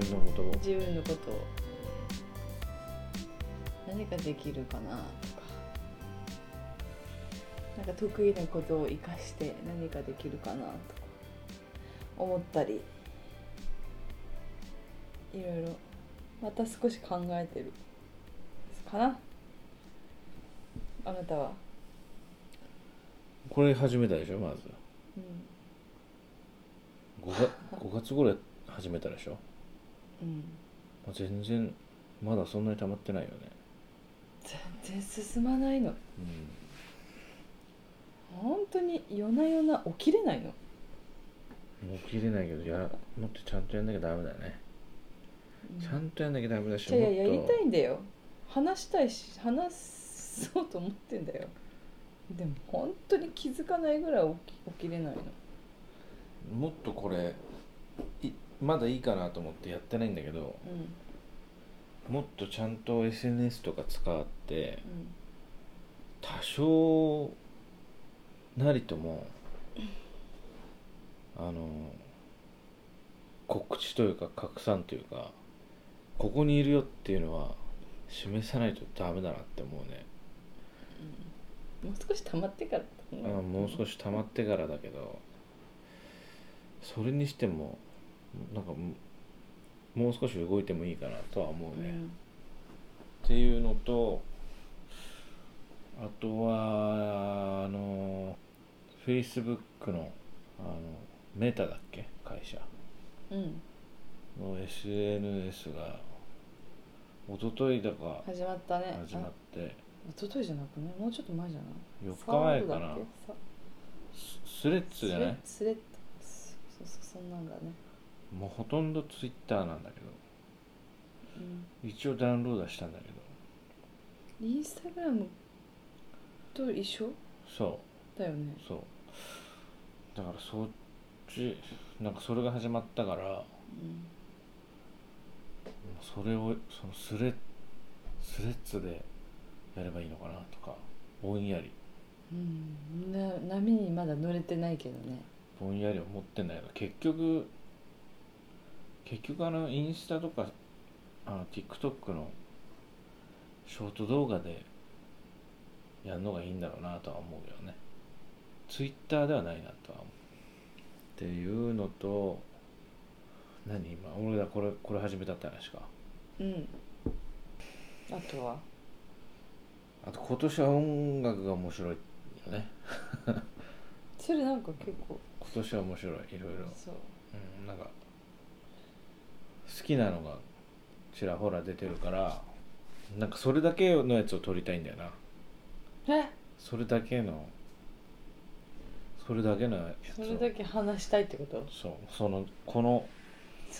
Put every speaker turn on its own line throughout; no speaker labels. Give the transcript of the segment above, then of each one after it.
自分のことを何ができるかなとかなんか得意なことを生かして何ができるかなとか思ったりいろいろまた少し考えてるかなあなたは、
これ始めたでしょまず
うん
5月 ,5 月ぐらい始めたでしょ
うん、
まあ全然まだそんなに溜まってないよね、
全然進まないの本当に夜な夜な起きれないの
もう起きれないけどやもっとちゃんとやんなきゃダメだね、ちゃんとやんなきゃダメだし
じゃあや
も
り
っと
たいんだよ話したいし話そうと思ってんだよでも本当に気づかないぐらい起き起きれないの
もっとこれいまだいいかなと思ってやってないんだけど
うん
もっとちゃんと SNS とか使って
うん
多少なりともあの告知というか拡散というかここにいるよっていうのは示さないとダメだなって思うね、
もう少し溜まってからだと思
あもう少
し
し溜まってからだけどそれにしてもなんかももう少し動いてもいいかなとは思うね、っていうのとあとはあのフェイスブックのあのメタだっけ会社
うん、うん、
の SNS が一昨日だか
始まったね
始まっ
あ
て
一昨日じゃなくねもうちょっと前じゃない
4日前か
サードだ
な
っけさ
ススレッズじゃない
スレッスレッそうそうそうそんなんだね、
もうほとんどツイッターなんだけど
うん、
一応ダウンロードはしたんだけど
インスタグラムと一緒
そう
だよね
そうだからそっちなんかそれが始まったから
うん
それをそのスレスレッズでやればいいのかなとかぼんやり
うん、な波にまだ乗れてないけどね
ぼんやり思ってんだけど結局結局あのインスタとかあの TikTok のショート動画でやるのがいいんだろうなとは思うよね Twitter ではないなとは思うっていうのと何今俺がこれこれ始めたって話か
うんあとは
あと今年は音楽が面白いよね
それなんか結構
今年は面白いいろいろ、
そう
うん、なんか好きなのがちらほら出てるからなんかそれだけのやつを撮りたいんだよな
え
それだけのそれだけのやつ
そ
を
れだけ話したいってこと
そうそのこの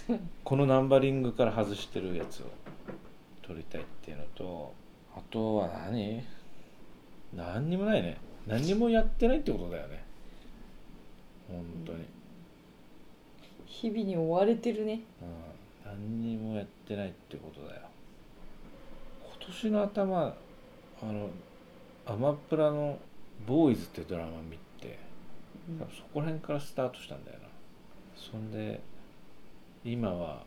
そう
このナンバリングから外してるやつを撮りたいっていうのとあとは何何にもないね何にもやってないってことだよね本当に、
日々に追われてるね
うん、何にもやってないってことだよ今年の頭あのアマプラの「ボーイズ」ってドラマ見て
うん
多分そこら辺からスタートしたんだよなそんで今は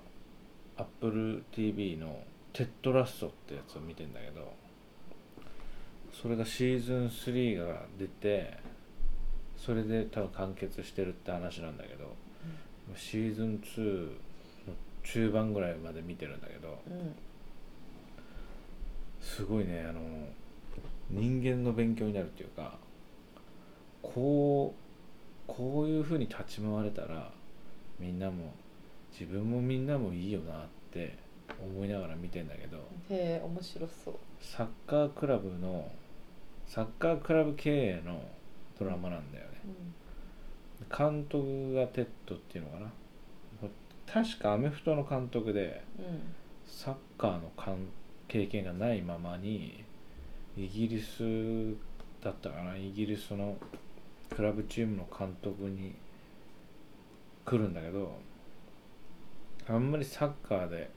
AppleTV の「テッドラスト」ってやつを見てんだけどそれがシーズン3が出てそれで多分完結してるって話なんだけどシーズン2の中盤ぐらいまで見てるんだけど
うん
すごいねあの人間の勉強になるっていうかこうこういうふうに立ち回れたらみんなも自分もみんなもいいよなって思いながら見てんだけど
へえ面白そう
サッカークラブのサッカークラブ経営のドラマなんだよね
うん
監督がテッドっていうのかな確かアメフトの監督で
うん
サッカーの関経験がないままにイギリスだったかなイギリスのクラブチームの監督に来るんだけどあんまりサッカーで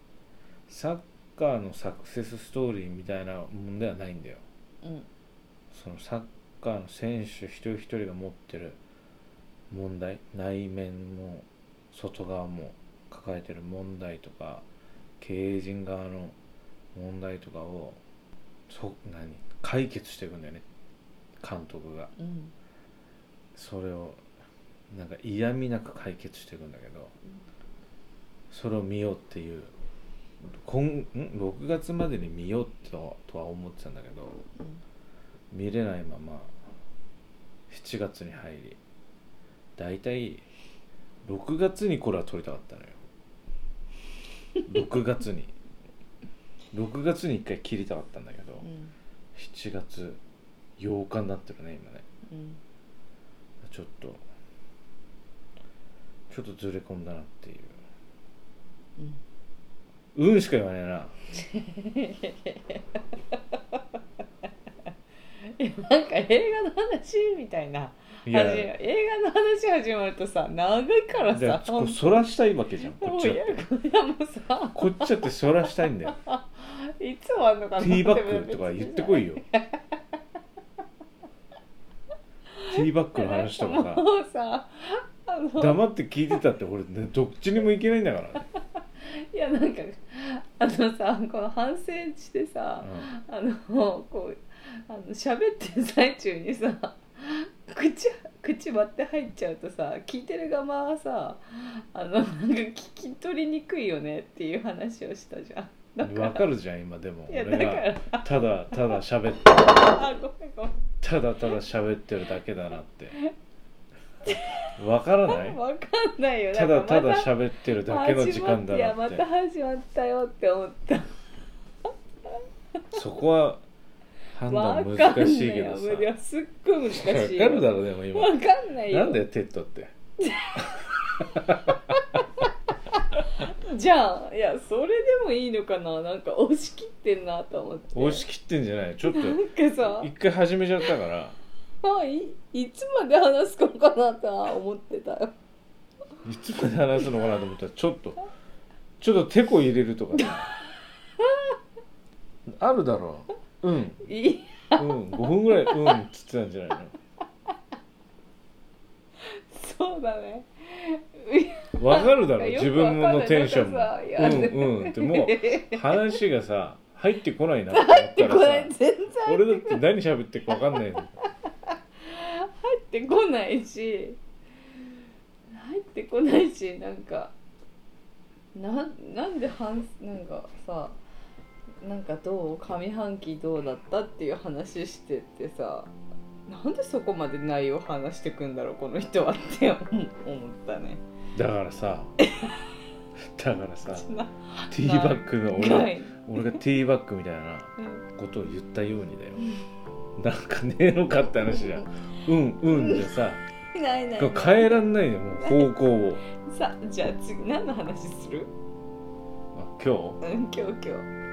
サッカーのサクセスストーリーみたいなもんではないんだよ
うん
そのサッカーの選手一人一人が持ってる問題内面も外側も抱えてる問題とか経営陣側の問題とかをそ何解決していくんだよね監督が
うん
それをなんか嫌味なく解決していくんだけどそれを見ようっていう今ん6月までに見ようととは思ってたんだけど
うん
見れないまま7月に入りだいたい6月にこれは撮りたかったのよ6月に6月に1回切りたかったんだけど、
うん
7月8日になってるね今ね
うん
ちょっとちょっとずれ込んだなっていう
うん
うんしか言わねえな
えなんか映画の話みたいない始
や
め映画の話始まるとさ長いから
で
さ
こうそらしたいわけじゃんこ
も
っ
う
ちだ
い
っ
や
て
これはもうさ
こっちだってそらしたいんだよ
いつ終わんのかな
ティーバッグとか言ってこいよティーバッグの話とか
もうさあ
さ
の
黙って聞いてたって俺、ね、どっちにもいけないんだからね、
いやなんかあのさこの反省してさ、あのこうあの喋ってる最中にさ 口口割って入っちゃうとさ聞いてる側はさあのなんか聞き取りにくいよねっていう話をしたじゃん。
う
だ
ん、
か
分
ら
かるじゃん今でも
い
俺
やだか
が
ら
ただただ喋って
あごめんごめん
ただただ喋ってるだけだなって分からない
わかんないよ
ただただ
なんか
喋ってる
ま
だけの時間
始まってや
だな
ま
って
た始まったよって思った
そこは判
わ
断
かん
難
ない
しいけどさ
よいやすっごい難しい
分
よ
かるだろでも今
わかんないよ
なんだよテッドって
じゃあいやそれでもいいのかななんか押し切ってんなと思って
押し切ってんじゃないちょっと
なんかさ
一回始めちゃったから
まあいいつまで話すのかなとは思ってたよ
いつまで話すのかなと思ったらちょっとちょっとてこ入れるとかねあるだろううん
いい
うん5分ぐらいうんっつってたんじゃない
そうだね
の分かるだろ
よ
自
くわか
分
んない
のテンション
なんかさいや
もうんうんってもう
出
話がさ入ってこないなってな
て こ
った
な
ら
い
さ
全然
俺だって何喋ってるか分かんないの
入ってこないし入ってこないしなんかなんなんで反なんかさなんかどう上半期どうだったっていう話してってさなんでそこまで内容話してくんだろうこの人はって思思ったね。
だからさだからさ
な
ティーバッグの俺
な
が
い
俺がティーバッグみたいな
うん
ことを言ったようにだよなんかねえのかって話じゃんうんうんじゃさ
ないないない
変えらんないよもう方向を
さじゃあ次何の話する
あ今
うん今日今